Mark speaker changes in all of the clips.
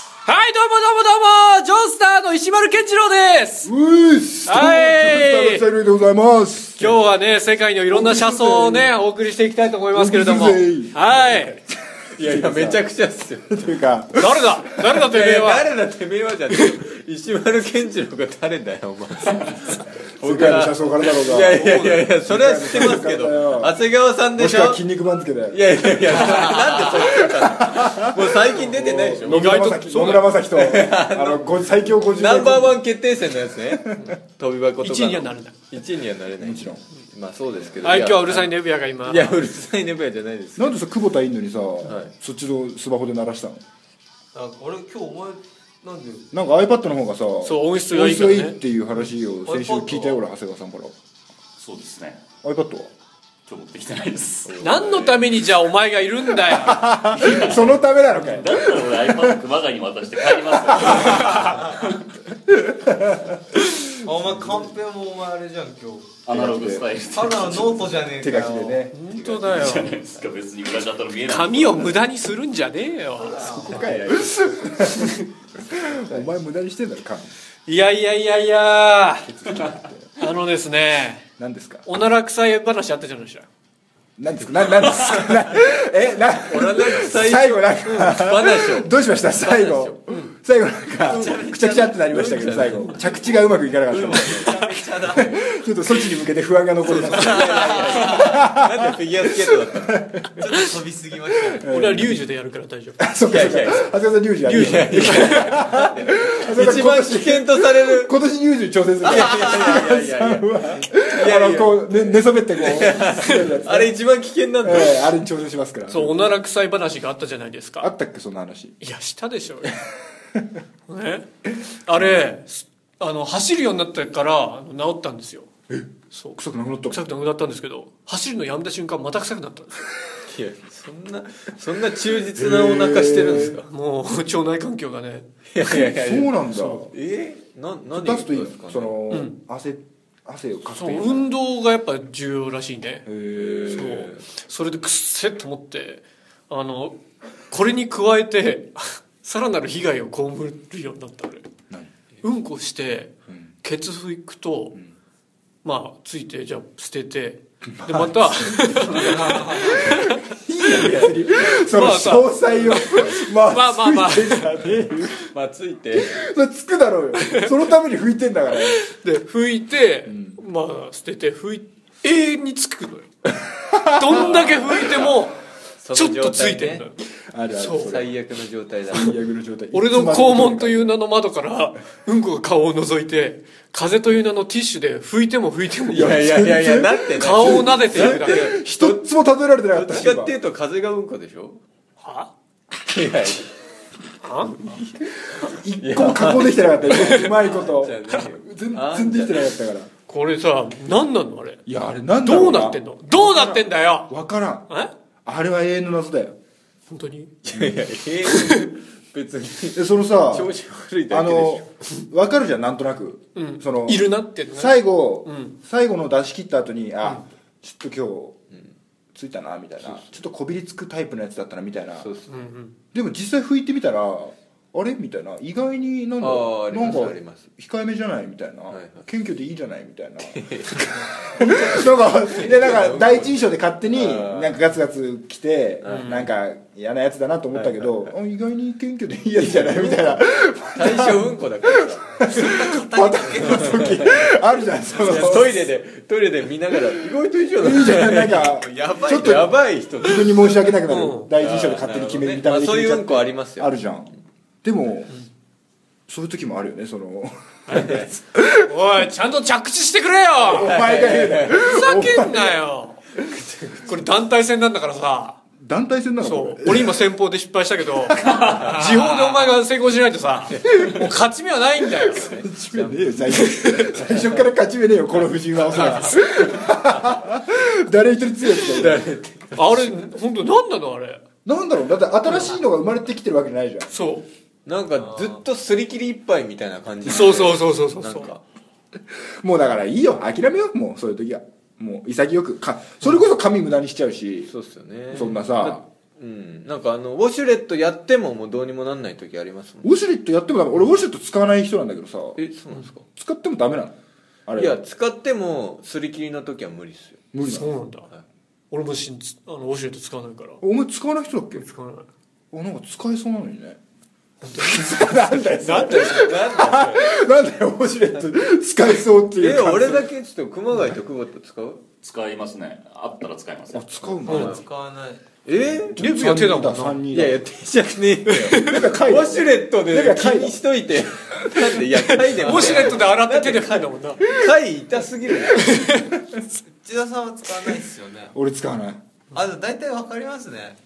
Speaker 1: うもどうもどうもジョースターの石丸健次郎です
Speaker 2: うーす
Speaker 1: はい
Speaker 2: スターのでございます
Speaker 1: 今日はね、世界のいろんな車窓をね、お送りしていきたいと思いますけれども。
Speaker 2: お送りするぜ
Speaker 1: はい。
Speaker 3: いやいやめちゃくちゃっすよ
Speaker 2: というか
Speaker 1: 誰だ誰だてめえは。
Speaker 3: 誰だてめえはじゃねえ 石丸健次郎が誰だよお前
Speaker 2: 世界の車窓からだろうが
Speaker 3: いやいやいやいやそれは知ってますけど長谷川さんで
Speaker 2: もし
Speaker 3: し
Speaker 2: くは
Speaker 3: ょ
Speaker 2: 筋肉番付
Speaker 3: い
Speaker 2: で
Speaker 3: やいやいやなんでそっちかもう最近出てないでしょ
Speaker 2: 野村
Speaker 1: 意
Speaker 2: 正
Speaker 1: 外と
Speaker 2: 樹野村正樹とあのご最強50
Speaker 3: ナンバーワン決定戦のやつね飛び箱とか
Speaker 1: 一位にはなるんだ。
Speaker 3: 1位にはなれないも
Speaker 2: ちろん
Speaker 3: まあそうですけど
Speaker 1: はい、今日はうる
Speaker 3: い
Speaker 1: さいネビアが今。
Speaker 3: やいやうるさいねぶやじゃないです
Speaker 2: なんでさ久保田いんのにさ、
Speaker 3: い
Speaker 2: そっちのスマホで鳴らしたの
Speaker 4: なんかあれ今日お前なんで
Speaker 2: なんか iPad の方がさ
Speaker 1: そう音質がいいからね
Speaker 2: 音質がっていう話を先週聞いたよ俺長谷川さんから
Speaker 5: そうですね
Speaker 2: iPad は
Speaker 5: 今日持ってきてないです
Speaker 1: 何のためにじゃあお前がいるんだよ。
Speaker 2: そのためなのかい
Speaker 5: だったら俺 iPad 熊谷に渡して帰りますよ
Speaker 4: あお前カンペもお前あれじゃん今日
Speaker 5: アナログスタイル
Speaker 4: ただのノートじゃねえ
Speaker 2: 手
Speaker 4: か
Speaker 2: 書
Speaker 4: よ
Speaker 2: きでね
Speaker 1: 本当 だよ。
Speaker 5: ですか別に裏方の見えない
Speaker 1: 髪を無駄にするんじゃねえよ。
Speaker 2: お前無駄にしてんだろ缶
Speaker 1: いやいやいやいや あのですね、
Speaker 2: 何ですか
Speaker 1: おなら臭い話あったじゃないですか。
Speaker 2: 何ですかな何です かなえな最後なんか
Speaker 3: バナショ
Speaker 2: どうしました最後最後なんかくちゃくちゃってなりましたけど最後着地がうまくいかなかったちょっと措置に向けて不安が残ります
Speaker 3: なんでフィギュアスケートだったの
Speaker 4: ちょっと飛びすぎましたね
Speaker 1: 俺はリュージュでやるから大丈夫。
Speaker 2: そっかそっか長谷川さんリュウジやるよ長谷
Speaker 3: 一
Speaker 2: 川
Speaker 3: 番
Speaker 2: さん
Speaker 3: 危険とされる
Speaker 2: 今年リュウジに挑戦する
Speaker 3: いやいやいやいや
Speaker 2: あのこうね寝そべってこう滑るやつね
Speaker 3: あれ一番危険なんだよ
Speaker 2: ええあれに挑戦しますから
Speaker 1: そう、おなら臭い話があったじゃないです
Speaker 2: あ
Speaker 1: か。
Speaker 2: ったっけそんな話
Speaker 1: いや、したでしょうよ。ね、あれ、すあの、走るようになったから、あの治ったんですよ。そう。
Speaker 2: 臭くなくなった
Speaker 1: 臭くなくなったんですけど、走るのやめた瞬間、また臭くなったんですよ
Speaker 3: いやそんなそんな忠実なお腹してるんですか
Speaker 1: もう、腸内環境がね。
Speaker 3: いやいやいや
Speaker 2: そうなんだ
Speaker 3: えな何
Speaker 2: 出すといいのそ
Speaker 3: の
Speaker 2: の汗汗をかく
Speaker 1: そ
Speaker 2: と
Speaker 1: う、
Speaker 2: いう
Speaker 1: 運動がやっぱ重要らしいんで。
Speaker 2: へ
Speaker 1: そうそれでくっせと思ってあのこれに加えて さらなる被害を被るようになった俺
Speaker 2: 何
Speaker 1: うんこして
Speaker 2: ん
Speaker 1: 血くと、まあついてじゃあ捨て てでまた
Speaker 2: えその
Speaker 1: まあ
Speaker 2: 詳
Speaker 1: さ
Speaker 2: 細をまあ
Speaker 1: まあまあまあ
Speaker 2: ついてんじゃねえよ
Speaker 3: まあついて
Speaker 2: それつくだろうよそのために拭いてんだから
Speaker 1: で拭いて、まあ捨てて拭い永遠につくのよどんだけ拭いても
Speaker 3: その
Speaker 1: ちょっと
Speaker 3: 状
Speaker 1: つい
Speaker 3: 態ね
Speaker 1: てんのよ
Speaker 2: あるある
Speaker 1: そう
Speaker 2: 最
Speaker 3: 最悪の状態だ
Speaker 2: 悪の状態
Speaker 1: 俺の肛門というう名の窓からうんこが顔を覗いて風という名のティッシュで拭いても拭いても
Speaker 3: いやいやいやいやなってない
Speaker 1: 顔を撫でていくだけ
Speaker 2: 一つも例えられてなか
Speaker 3: ど
Speaker 2: っ
Speaker 3: ったち
Speaker 2: し
Speaker 3: かっていうと風がうんこでしょ
Speaker 1: はい
Speaker 3: やいや
Speaker 2: 一個も加工できてなかったようまいこと
Speaker 3: じゃあね
Speaker 2: 全
Speaker 3: あ
Speaker 2: 然できてなかったから
Speaker 1: これさ何なのあれ
Speaker 2: いやあれなんだろ
Speaker 1: ど
Speaker 2: う
Speaker 1: うなってんのどうなってんだよ
Speaker 2: わからん
Speaker 1: え
Speaker 2: あれは永遠の謎だよ
Speaker 1: 本当に
Speaker 3: いやいやええ別に
Speaker 2: でそのさ
Speaker 3: 調子悪い
Speaker 2: あ
Speaker 3: だけでし
Speaker 2: の
Speaker 3: ょ
Speaker 2: わかるじゃんなんとなくその
Speaker 1: いるなってのね
Speaker 2: 最後、
Speaker 1: ん
Speaker 2: 最後の出し切った後にあ、ちょっと今日ついたなみたいなちょっとこびりつくタイプのやつだったなみたいな
Speaker 3: そうそう
Speaker 1: うんうん
Speaker 2: でも実際拭いてみたらあれみたいな意外になんだ
Speaker 3: あーあり
Speaker 2: な
Speaker 3: ま
Speaker 2: ん
Speaker 3: す
Speaker 2: か
Speaker 3: あります
Speaker 2: 控えめじゃないみたいな、
Speaker 3: はいはい
Speaker 2: 謙虚でいいじゃないみた いななんかでなんか第一印象で勝手に
Speaker 3: あー
Speaker 2: なんかガツガツ来てなんか嫌なやつだなと思ったけど、あ意外に謙虚でいいやつじゃないみたいな
Speaker 3: 対象うんこだからさ
Speaker 2: パターンの時あるじゃんその
Speaker 3: いやトイレでトイレで見ながら意外と以上だ
Speaker 2: いいじゃんなんか
Speaker 3: やば
Speaker 2: ちょ
Speaker 3: い
Speaker 2: っと
Speaker 3: やばい人
Speaker 2: 自分に申し訳なくなる、
Speaker 1: うん
Speaker 2: 第一印象で勝手に決める見た目で
Speaker 3: ま
Speaker 2: 決
Speaker 3: あそう
Speaker 2: め
Speaker 3: い
Speaker 2: ちゃっ
Speaker 3: ううん
Speaker 2: て
Speaker 3: こありますよ
Speaker 2: あるじゃんでも、そういう時もあるよねその
Speaker 1: おいちゃんと着地してくれ
Speaker 2: お
Speaker 1: よ
Speaker 2: 前が言うなよ
Speaker 1: ふざけんなよこれ団体戦なんだからさ
Speaker 2: 団体戦なの
Speaker 1: そ
Speaker 2: こ
Speaker 1: う俺今先方で失敗したけど時報でお前が成功しないとさもう勝ち目はないんだよ
Speaker 2: れ勝ち目ねえよ最初最初から勝ち目ねえよこの夫人はおそらく 誰一人強いやつだよ
Speaker 1: あれ本当何なのあれ
Speaker 2: なんだろうだって新しいのが生まれてきてるわけじゃないじゃん
Speaker 1: そ
Speaker 3: なんかずっとすり切り一杯みたいな感じ
Speaker 1: うそうそうそうそうそう
Speaker 3: なん
Speaker 1: そ
Speaker 3: か
Speaker 1: う
Speaker 2: もうだからいいよ諦めようもうそういう時はもう潔くかそれこそ髪無駄にしちゃうし、
Speaker 3: そうっすよね
Speaker 2: そんなさ
Speaker 3: うんなんかあのウォシュレットやってももうどうにもなんない時ありますもん
Speaker 2: ウォシュレットやってもダメ俺ウォシュレット使わない人なんだけどさ
Speaker 3: えそうなんですか
Speaker 2: 使ってもダメなのあれ
Speaker 3: いや使っても擦り切りの時は無理ですよ
Speaker 2: 無理な
Speaker 1: そう
Speaker 2: の
Speaker 1: なんだ、俺もしんあのウォシュレット使わないから
Speaker 2: お前使わない人だっけ
Speaker 1: 使わない
Speaker 2: おなんか使えそうなのにねなんだよそれ
Speaker 3: な んだ
Speaker 2: なんだよウォシュレット使えそうっていう
Speaker 3: え
Speaker 2: 感じ
Speaker 3: 俺だけちょっと熊谷と久保田使う
Speaker 5: 使いますねあったら使います
Speaker 2: あ使うんだ
Speaker 1: うん
Speaker 4: 使わない
Speaker 3: え
Speaker 1: レビューは手だもんな
Speaker 2: 三
Speaker 3: い
Speaker 2: 人だ
Speaker 3: やいや手じゃねえよ
Speaker 2: なんか
Speaker 3: ウ
Speaker 2: 書いてあ
Speaker 3: ォ
Speaker 2: る
Speaker 3: シュレットで
Speaker 2: なんか
Speaker 3: 気
Speaker 2: 貝
Speaker 3: にしといてなんでいや貝で
Speaker 1: ウ
Speaker 3: も
Speaker 1: ォシュレットで洗って手で拭いたもんな
Speaker 3: 貝痛すぎる ね
Speaker 4: 内田さんは使わないっすよね
Speaker 2: 俺使わない
Speaker 4: あでも大体わかりますね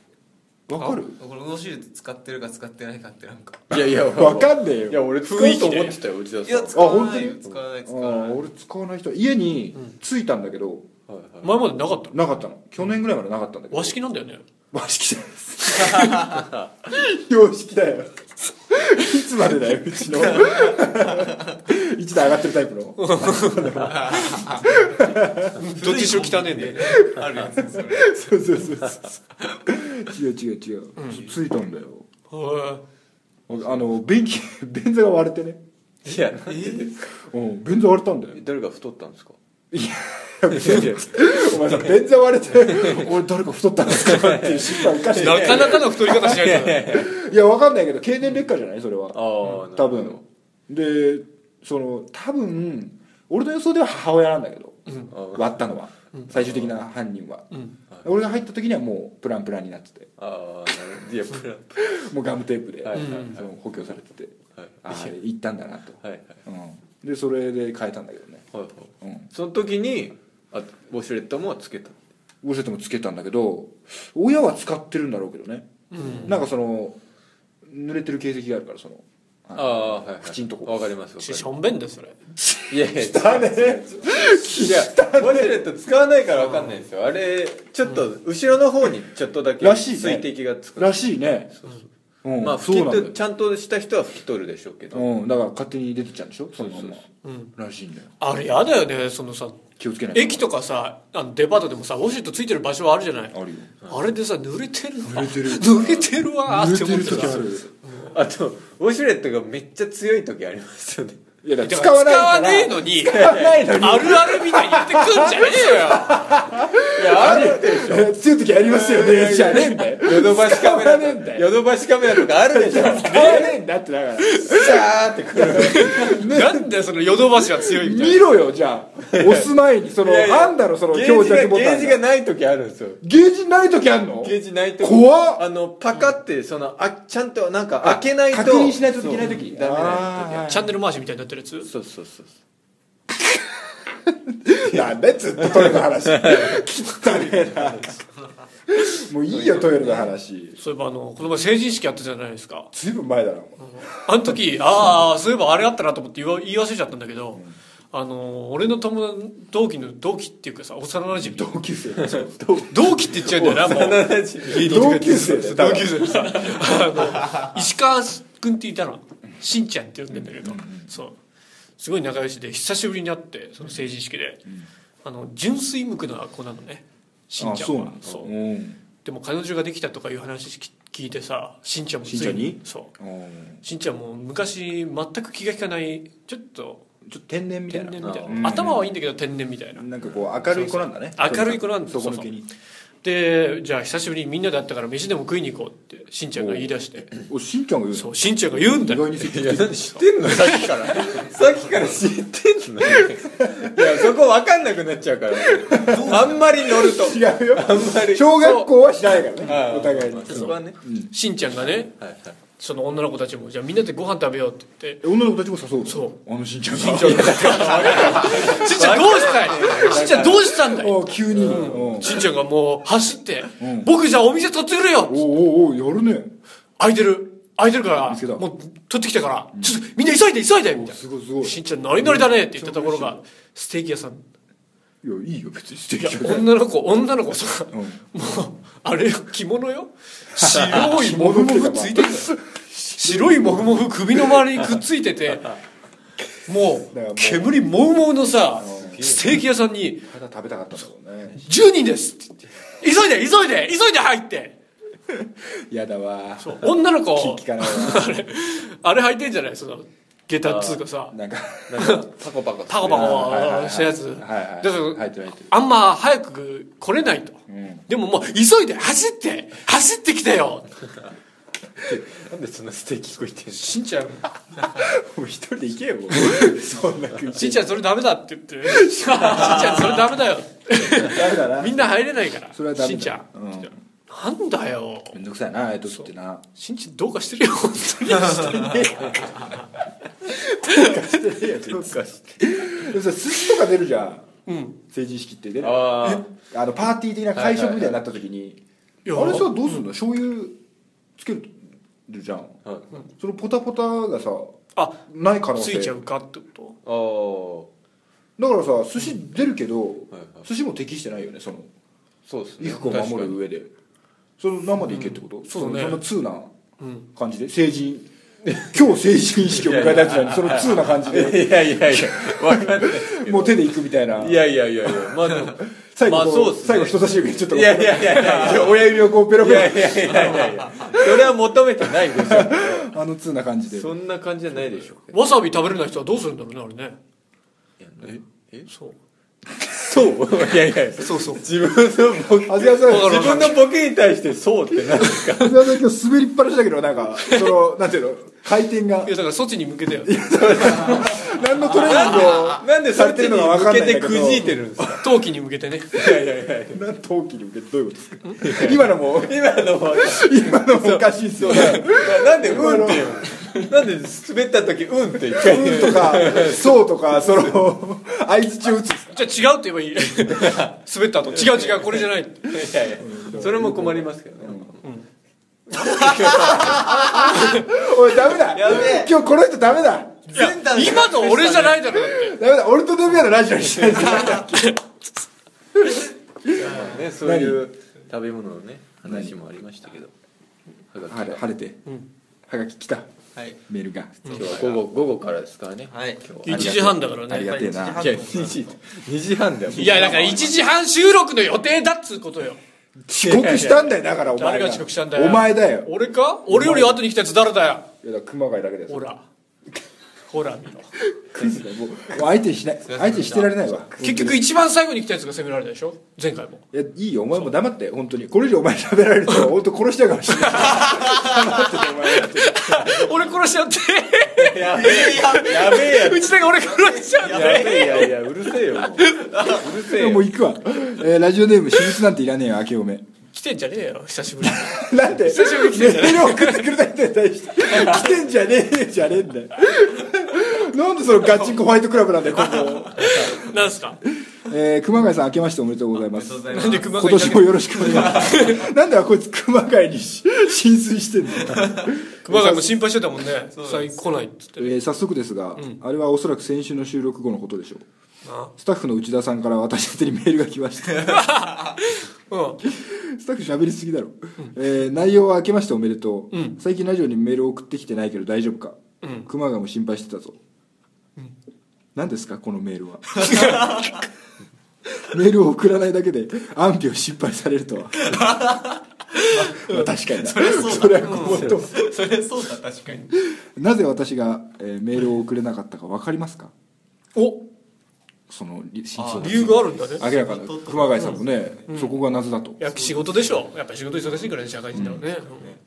Speaker 2: わかる
Speaker 4: これウォシュレット使ってるか使ってないかってなんか
Speaker 3: いやいや
Speaker 2: わかんねえ
Speaker 3: いや
Speaker 2: よ
Speaker 3: 俺使うと思ってたよ内田
Speaker 4: いや
Speaker 3: さん
Speaker 4: 使わない
Speaker 2: あ本当
Speaker 4: よ
Speaker 2: に
Speaker 4: 使わない
Speaker 2: あ
Speaker 4: 使わない
Speaker 2: ー俺使わない人家に着いたんだけど
Speaker 3: はいはい
Speaker 1: 前までなかったの
Speaker 2: なかったの去年ぐらいまでなかったんだけど
Speaker 1: 和式なんだよね
Speaker 2: 和式じゃないです 洋式だよいつまでだようちの 一段上がってるタイプの
Speaker 1: どっちしろ汚ねえんだよね
Speaker 4: あるやつですよね
Speaker 2: そうそうそうそう違う違う違う、ついたんだよ
Speaker 1: は
Speaker 2: あの便器 便座が割れてね
Speaker 3: いやなんでですか
Speaker 2: うん便座割れたんだよ
Speaker 3: 誰が太ったんですか
Speaker 2: お前 さ便座割れ て俺誰か太ったんですかっていう心配おかしい
Speaker 1: いなかなかの太り方しないとね
Speaker 2: いやわかんないけど経年劣化じゃないそれは
Speaker 3: ああ
Speaker 2: 多分でその多分俺の予想では母親なんだけど、割ったのは、最終的な犯人は、
Speaker 1: ん
Speaker 2: 俺が入った時にはもうプランプランになってて
Speaker 3: ああなるほどいやプラ
Speaker 2: もうガムテープで、
Speaker 3: はいはい
Speaker 2: その補強されてて、
Speaker 3: はい
Speaker 2: ああ行ったんだなと、
Speaker 3: はいはい
Speaker 2: うん、でそれで変えたんだけどね、
Speaker 3: はいはい
Speaker 2: うん、
Speaker 3: その時にあウォシュレットもつけた
Speaker 2: ウォシュレットもつけたんだけど親は使ってるんだろうけどね、
Speaker 1: うん
Speaker 2: なんかその濡れてる形跡があるからそのあの
Speaker 3: あはいはい
Speaker 2: 口んとこ
Speaker 3: わかりますわかり
Speaker 1: し
Speaker 3: ます
Speaker 1: しょんべんだよそれ
Speaker 3: いやいや汚ねいやウォシュレット使わないからわかんないんですよあれちょっと後ろの方にちょっとだけ
Speaker 2: らしいね
Speaker 3: 水滴がつく
Speaker 2: らしいねうん
Speaker 3: まあ
Speaker 2: そう
Speaker 3: 拭
Speaker 2: なん
Speaker 3: き
Speaker 2: だよ
Speaker 3: とちゃんとした人は拭き取るでしょうけど
Speaker 2: うん、だから勝手に出てっちゃうんでしょそのまんま
Speaker 1: うん
Speaker 2: らしいんだよ
Speaker 1: あれやだよねそのさ
Speaker 2: 気をつけないと
Speaker 1: 駅とかさあのデパートでもさウォシュレットついてる場所あるじゃない
Speaker 2: あるよ
Speaker 1: あれでさ濡れてるわ
Speaker 2: 濡れてる
Speaker 1: 濡れてるわーって思ってた
Speaker 3: あとウォシュレットがめっちゃ強い時ありますよね
Speaker 2: いやだ
Speaker 1: だ
Speaker 2: から
Speaker 1: か
Speaker 2: 使
Speaker 1: ら
Speaker 2: わな
Speaker 1: 使わねえ
Speaker 2: いから
Speaker 1: のに
Speaker 2: 使わないのに
Speaker 1: あるあるみたいに言ってくんじゃね
Speaker 3: いやあるでしょ
Speaker 2: 強い時ありますよねじゃねえんだよ
Speaker 3: ヨドバシカメ
Speaker 2: 使わ
Speaker 3: ラ
Speaker 2: ねえんだよ
Speaker 3: ヨドバシカメラとかあるでし
Speaker 2: 使
Speaker 3: ょ
Speaker 2: わねえんだってだから
Speaker 3: シャーってくる
Speaker 1: えよなんでそのヨドバシは強いみたいな
Speaker 2: 見ろよじゃあ押す前にその
Speaker 3: いやいや
Speaker 2: なんだろうその
Speaker 3: ゲー
Speaker 2: 強
Speaker 3: ジが
Speaker 2: 弱ボ
Speaker 3: ゲ
Speaker 2: タ
Speaker 3: ー
Speaker 2: ン
Speaker 3: ジが
Speaker 2: が
Speaker 3: ない時あるんですよ
Speaker 2: ゲージない時あんの
Speaker 3: ゲージない時
Speaker 2: 怖っ
Speaker 3: あのパカってそのあちゃんとなんか開けないと
Speaker 2: 確認しないといけない時
Speaker 3: そうダメな
Speaker 2: あ
Speaker 1: チャンネル回しみたいになってるやつ
Speaker 3: 時そうそうそう
Speaker 2: ーなんでずっとトイレの 話汚ねえなもういいよトイレの話
Speaker 1: そういえばあのこの前成人式やったじゃないですか
Speaker 2: ずいぶん前だなお前
Speaker 1: あの時ああそういえばあれあったなと思って言わ言い忘れちゃったんだけど、あの俺の友達同期の同期っていうかさ幼なじみ同
Speaker 2: 同級生だよ
Speaker 1: 期って言っちゃうんだよなもう
Speaker 2: 同級生だよだ
Speaker 1: 同
Speaker 2: から
Speaker 1: 級生でさあの石川君っていたのしんちゃんって呼んでんだけど、そうすごい仲良しで久しぶりに会ってその成人式で、あの純粋無垢な子なのねしんちゃんは
Speaker 2: あそうなんだ
Speaker 1: でも彼女ができたとかいう話き聞いてさしんちゃんもつい
Speaker 2: しんちゃんに
Speaker 1: そう
Speaker 2: うん
Speaker 1: しんちゃんも昔全く気が利かないちょっと
Speaker 2: ちょっと天然みたい
Speaker 1: 天然み
Speaker 2: な
Speaker 1: たいな、
Speaker 2: うん
Speaker 1: 頭はいいんだけど天然みたいな
Speaker 2: なんかこう明るい子なんだね
Speaker 1: そうそう明るい子なんだ
Speaker 2: 底抜けに
Speaker 1: でじゃあ久しぶりにみんなで会ったから飯でも食いに行こうってしんちゃんが言い出して
Speaker 2: おしんちゃんが言う
Speaker 1: そ
Speaker 2: の
Speaker 1: うしんちゃんが言うんだ
Speaker 2: 意
Speaker 1: よ
Speaker 2: 外に積
Speaker 3: い
Speaker 2: 極
Speaker 3: や
Speaker 2: 的
Speaker 3: なんで知ってんのさっきからさっきから知ってんのいやそこ分かんなくなっちゃうからあんまり乗ると
Speaker 2: 違うよ
Speaker 3: あんまり
Speaker 2: 小学校は知らないから
Speaker 3: あ
Speaker 2: ね
Speaker 3: ー
Speaker 2: お互いに
Speaker 3: まあそこはね
Speaker 1: しんちゃんがね
Speaker 3: はいはい
Speaker 1: その女の子たちもじゃあみんなでご飯食べようって言って
Speaker 2: え女の子たちも誘うの
Speaker 1: そう
Speaker 2: あのしんちゃん
Speaker 1: しん
Speaker 2: が
Speaker 1: ちゃんが しんちゃんどうしたいしんちゃんどうしたんだい
Speaker 2: お急におう
Speaker 1: しんちゃんがもう走って
Speaker 2: う
Speaker 1: 「
Speaker 2: ん
Speaker 1: 僕じゃあお店取ってくれよ
Speaker 2: おうおうやるね
Speaker 1: 空いてる空いてるか
Speaker 2: 見つけ
Speaker 1: ら
Speaker 2: た
Speaker 1: もう取ってきたからちょっとみんな急いで急いで」みたい
Speaker 2: すごいすごい
Speaker 1: な「しんちゃんノリノリだね」って言ったところがステーキ屋さん
Speaker 2: いやいいよ別に素
Speaker 1: いや
Speaker 2: 敵だよ
Speaker 1: 女の子女の子さ、
Speaker 2: ん
Speaker 1: もうあれよ着物よ白いモフモフついてる白いモフモフ首の周りにくっついてても
Speaker 2: だからも
Speaker 1: う
Speaker 2: う
Speaker 1: 煙もうもうのさステーキ屋さんに
Speaker 2: ただ食べたかったんだろうね
Speaker 1: 「10人です」って言って急いで急いで急いで入って
Speaker 2: やだわ
Speaker 1: そう女の子
Speaker 2: キンキかな
Speaker 1: あれ履いてんじゃないその下駄っつうかさ
Speaker 2: なんか
Speaker 3: なんかパコパコ
Speaker 1: パコパコ
Speaker 2: はいはいはい
Speaker 1: したやつ
Speaker 2: はいはい
Speaker 1: で
Speaker 2: 入ってる入ってる
Speaker 1: あんま早く来れないと、でももう急いで走って走ってきてよ
Speaker 3: なんでそんなステーキ食いてんの
Speaker 1: しんちゃん
Speaker 2: もう一人で行けよもうそんな食い
Speaker 1: しんちゃんそれダメだって言ってしんちゃんそれダメだよ
Speaker 2: ダメだな
Speaker 1: みんな入れないから
Speaker 2: それはダ
Speaker 1: し
Speaker 2: メだ
Speaker 1: んちゃん、
Speaker 2: うん
Speaker 1: なんだよ
Speaker 2: めんどくさいなああいう時ってな
Speaker 1: しんちゃんどうかしてるよ本当に
Speaker 2: そうかでもさ筋とか出るじゃん
Speaker 1: うん
Speaker 2: 成人式って出る
Speaker 3: あ
Speaker 2: あのパーティー的な会食みたいになった時に、
Speaker 1: いや
Speaker 2: あれさどうすんの、醤油つけるじゃん、
Speaker 3: あはい
Speaker 2: そのポタポタがさ
Speaker 1: あ
Speaker 2: ない可能
Speaker 1: つ
Speaker 2: 性
Speaker 1: いちゃうかってこと
Speaker 3: あー
Speaker 2: だからさ寿司出るけど、
Speaker 3: はい
Speaker 2: 寿司も適してないよねその
Speaker 3: そうですね
Speaker 2: 衣服を守る上でその生でいけってこと、
Speaker 1: そうね
Speaker 2: のその通な
Speaker 1: うん
Speaker 2: 感じで成人今日成人式を迎えたや つなのにその通な感じ
Speaker 3: 確か
Speaker 2: で
Speaker 3: にいやいやいやわかんない
Speaker 2: もう手でいくみたいない
Speaker 3: やいやいやいやまあでも
Speaker 2: 最後、
Speaker 3: まあそうっすね
Speaker 2: 最後人差し指でちょっと
Speaker 3: いやいやいやいやい や
Speaker 2: 親指をこうペロ
Speaker 3: い
Speaker 2: ペロ
Speaker 3: やいやいやいやいやそれは求めてないでし
Speaker 2: あの通な感じで
Speaker 3: ょそんな感じじゃないでしょ
Speaker 1: わさび食べれない人はどうするんだろうねあれね
Speaker 3: ええ
Speaker 1: そう
Speaker 3: そういやいや
Speaker 1: そうそう
Speaker 3: 自分のボケ
Speaker 2: あずやさん
Speaker 1: わかる
Speaker 3: 自分のボケに対してそうってなんですか
Speaker 2: 長谷川さん今日滑りっぱなしだけどなんかそのなんていうの回転が
Speaker 1: いやだからそっちに向けてよ
Speaker 2: 何のトレーニングを
Speaker 3: なんでそっちに
Speaker 2: 分
Speaker 3: 向
Speaker 2: かん
Speaker 3: け
Speaker 2: ないんだけ
Speaker 3: て
Speaker 2: ど
Speaker 3: くじいてるんですか
Speaker 1: 陶器に向けてね
Speaker 3: いやいやいや
Speaker 2: 何陶器に向けてどういうことですか今のも
Speaker 3: 今のは
Speaker 2: 今のもおかしいっすよね
Speaker 3: なんでうんって言うのなんで滑った時うんって言っ
Speaker 2: う
Speaker 3: て
Speaker 2: んとかそうとかその相づちを打つ
Speaker 1: じゃあ違うって言えばいい滑った後違う違うこれじゃない
Speaker 3: いやいやそれも困りますけどね
Speaker 2: おいダメだ今日この人ダメだ
Speaker 4: 全体
Speaker 1: 今の俺じゃないだろだって
Speaker 2: ダメだ俺とデビアのラジオにしないと
Speaker 3: ねそういう食べ物のね話もありましたけどはがき
Speaker 2: 晴れてはがき来た
Speaker 4: はい
Speaker 2: メールが
Speaker 3: 今日は午後午後からですからね
Speaker 4: はい
Speaker 1: 1時半だから
Speaker 2: あり
Speaker 1: ね
Speaker 2: がてえない
Speaker 3: や2時2時半だよ
Speaker 1: いやだから1時半収録の予定だっつうことよ
Speaker 2: 遅刻したんだよだからお前
Speaker 1: 誰が遅刻したんだよ
Speaker 2: お前だよ
Speaker 1: 俺か俺より後に来たやつ誰だよ
Speaker 2: いやだから熊谷だけだよ
Speaker 1: ほらほら見ろ
Speaker 2: もうもう相手にしない相手にしてられないわ
Speaker 1: 結局一番最後に来たやつが責められたでしょ前回も
Speaker 2: いやいいよお前も黙って本当にこれ以上お前喋られると本当殺しちゃうかもしれない黙っててお
Speaker 1: 俺
Speaker 2: 前
Speaker 1: 殺しちゃって
Speaker 3: やべえやべえや
Speaker 1: うちだが俺殺しちゃって
Speaker 3: やべえいやいやうるせえよもううるせえ
Speaker 2: もう
Speaker 3: よ
Speaker 2: 行くわ、 えーラジオネーム私物なんていらねえよ明けおめ
Speaker 1: 来てんじゃねえよ久しぶりに
Speaker 2: なんで
Speaker 1: 久しぶりに来
Speaker 2: メ
Speaker 1: てんじゃね
Speaker 2: ールを送ってくれた人に対して来てんじゃねえじゃねえんだよ なんでそのガチンコホワイトクラブなんだよここ、
Speaker 1: えなんすか
Speaker 2: えー熊谷さん明けましておめでとうございます
Speaker 1: なんで熊
Speaker 2: 今
Speaker 1: 谷だ
Speaker 2: 年
Speaker 1: け
Speaker 2: もよろしくお願いし ますなんでこいつ熊谷にし浸水してん の
Speaker 1: 熊谷も心配してたもんね最近来ないっつって
Speaker 2: えー早速ですが、あれはおそらく先週の収録後のことでしょう
Speaker 1: な
Speaker 2: スタッフの内田さんから私宛てにメールが来ました
Speaker 1: うん
Speaker 2: スタッフ喋りすぎだろ、えー内容は明けましておめでとう、最近ラジオにメールを送ってきてないけど大丈夫か、熊谷も心配してたぞ、何ですかこのメールは メールを送らないだけで安否を心配されるとはまあ確かになそれはごもっとも
Speaker 4: それそうだ確かに
Speaker 2: なぜ私が、えーメールを送れなかったか分かりますか
Speaker 1: お
Speaker 2: その理真相
Speaker 1: 理由があるんだね
Speaker 2: 明らかな熊谷さんもね、そこが謎だと
Speaker 1: いや仕事でしょやっぱ仕事忙しいからね社会人だろうね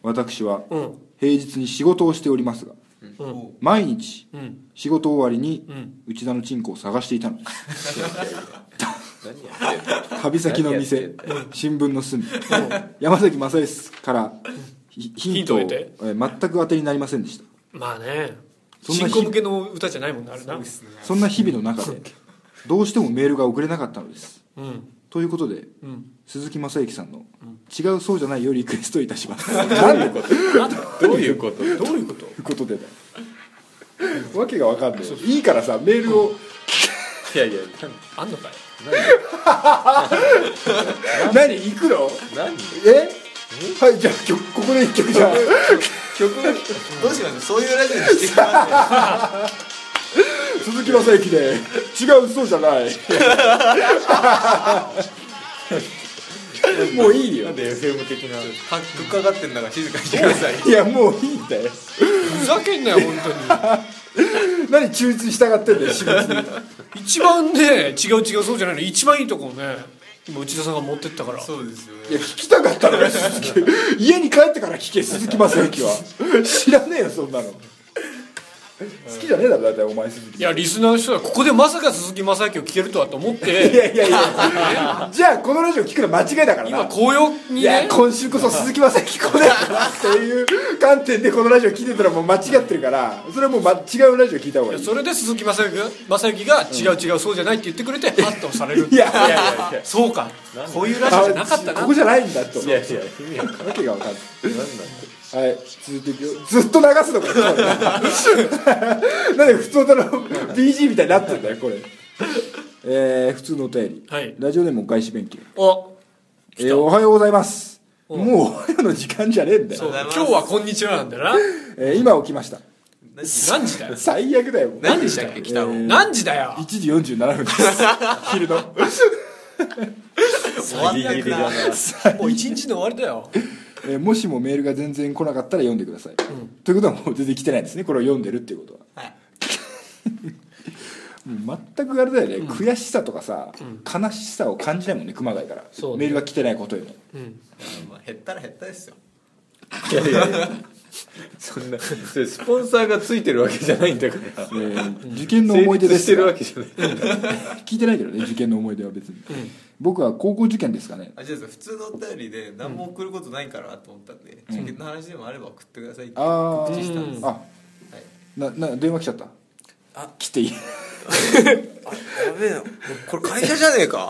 Speaker 2: 私は
Speaker 1: うん
Speaker 2: 平日に仕事をしておりますが
Speaker 1: うん
Speaker 2: 毎日
Speaker 1: うん
Speaker 2: 仕事終わりに
Speaker 1: うん
Speaker 2: 内田のチンコを探してい たのです
Speaker 3: 何やってんの
Speaker 2: 旅先の
Speaker 3: 何や
Speaker 2: 店新聞の隅山崎正義からひヒントを
Speaker 1: ヒントを得て
Speaker 2: えー全く当てになりませんでした
Speaker 1: まあね
Speaker 2: そんな
Speaker 1: 新婚向けの歌じゃないもんなあれな
Speaker 2: そんな日々の中でどうしてもメールが送れなかったのです
Speaker 1: うん
Speaker 2: ということで
Speaker 1: うん
Speaker 2: 鈴木正之さんの「違うそうじゃない」よりリクエストいたします何のこと
Speaker 3: どういうこと
Speaker 1: どういうこと
Speaker 2: ということでだわけが分かんないいいからさメールを
Speaker 3: いやいや
Speaker 1: あんのかい
Speaker 2: 何行くの
Speaker 3: 何
Speaker 2: えはいじゃあ曲ここで一曲じ ゃあ
Speaker 3: 曲
Speaker 4: どうしますそういうラジオにしてきま
Speaker 2: 鈴木雅之で違うそうじゃない もういいよ
Speaker 3: なんで FM 的な
Speaker 4: はぶっかかってんだから静かにしてください
Speaker 2: いやもういいんだよ
Speaker 1: ふざけんなよ本当
Speaker 2: 何忠実に従ってん だよ私物に
Speaker 1: に一番ね違う違うそうじゃないの一番いいとこをね今内田さんが持ってったから
Speaker 4: そうですよね
Speaker 2: いや聞きたかったのよ鈴木家に帰ってから聞け鈴木正幸は知らねえよそんなの好きじゃねえだろだってお前鈴木
Speaker 1: いやリスナーの人はここでまさか鈴木雅之を聞けるとはと思っ
Speaker 2: い
Speaker 1: て
Speaker 2: やいやい やじゃあこのラジオ聞くの間違いだから
Speaker 1: 今
Speaker 2: な
Speaker 1: 紅葉に
Speaker 2: いや
Speaker 1: ね
Speaker 2: 今週こそ鈴木雅之来ないかなっていう観点でこのラジオ聞いてたらもう間違ってるからそれはもう間違うラジオ聞いた方がいい
Speaker 1: それで鈴木雅之が雅之が違う違うそうじゃないって言ってくれてハッとされる
Speaker 2: いやいやいやいや
Speaker 1: そうかこういうラジオじゃなかったな
Speaker 2: ここじゃないんだと
Speaker 3: いやいや意味わかんない
Speaker 2: わけがわかんないはい続いていくよずっと流すのかこれなんで普通の BG みたいになってんだよこれえー、普通のお便り、
Speaker 1: はい
Speaker 2: ラジオネームお返し弁慶、
Speaker 1: お
Speaker 2: えーおはようございますもうおはようの時間じゃねえんだ
Speaker 1: そう
Speaker 2: よ、
Speaker 1: 今日はこんにちはなんだよな
Speaker 2: えー今起きました
Speaker 1: 何時だよ
Speaker 2: 最悪だよもう
Speaker 4: 何でしたっけ来たの
Speaker 1: 何時だよ
Speaker 2: 1時47分です昼の
Speaker 4: 終わんなくな
Speaker 1: もう一日の終わりだよ
Speaker 2: えーもしもメールが全然来なかったら読んでください、ということはもう全然来てないですねこれを読んでるっていうことは、 もう全くあれだよね、悔しさとかさ、悲しさを感じないもんね熊谷から、
Speaker 1: そうね
Speaker 2: メールが来てないことよりも
Speaker 4: まあ減ったら減ったですよ
Speaker 3: いやいやいやそんなそれスポンサーがついてるわけじゃないんだから
Speaker 2: えー受験の思い出で
Speaker 3: 成立し
Speaker 2: す
Speaker 3: てる
Speaker 2: が
Speaker 3: わけじゃない
Speaker 2: 聞いてないけどね受験の思い出は別に、僕は高校受験ですかね
Speaker 4: あじゃあ普通のお便りで何も送ることないからと思ったんで受験の話でもあれば送ってくださいって
Speaker 2: あ
Speaker 4: 告知したんです
Speaker 2: ーあ
Speaker 4: はい
Speaker 2: なな電話来ちゃった
Speaker 4: あ
Speaker 2: 来ていい
Speaker 4: やべえなこれ会社じゃねえか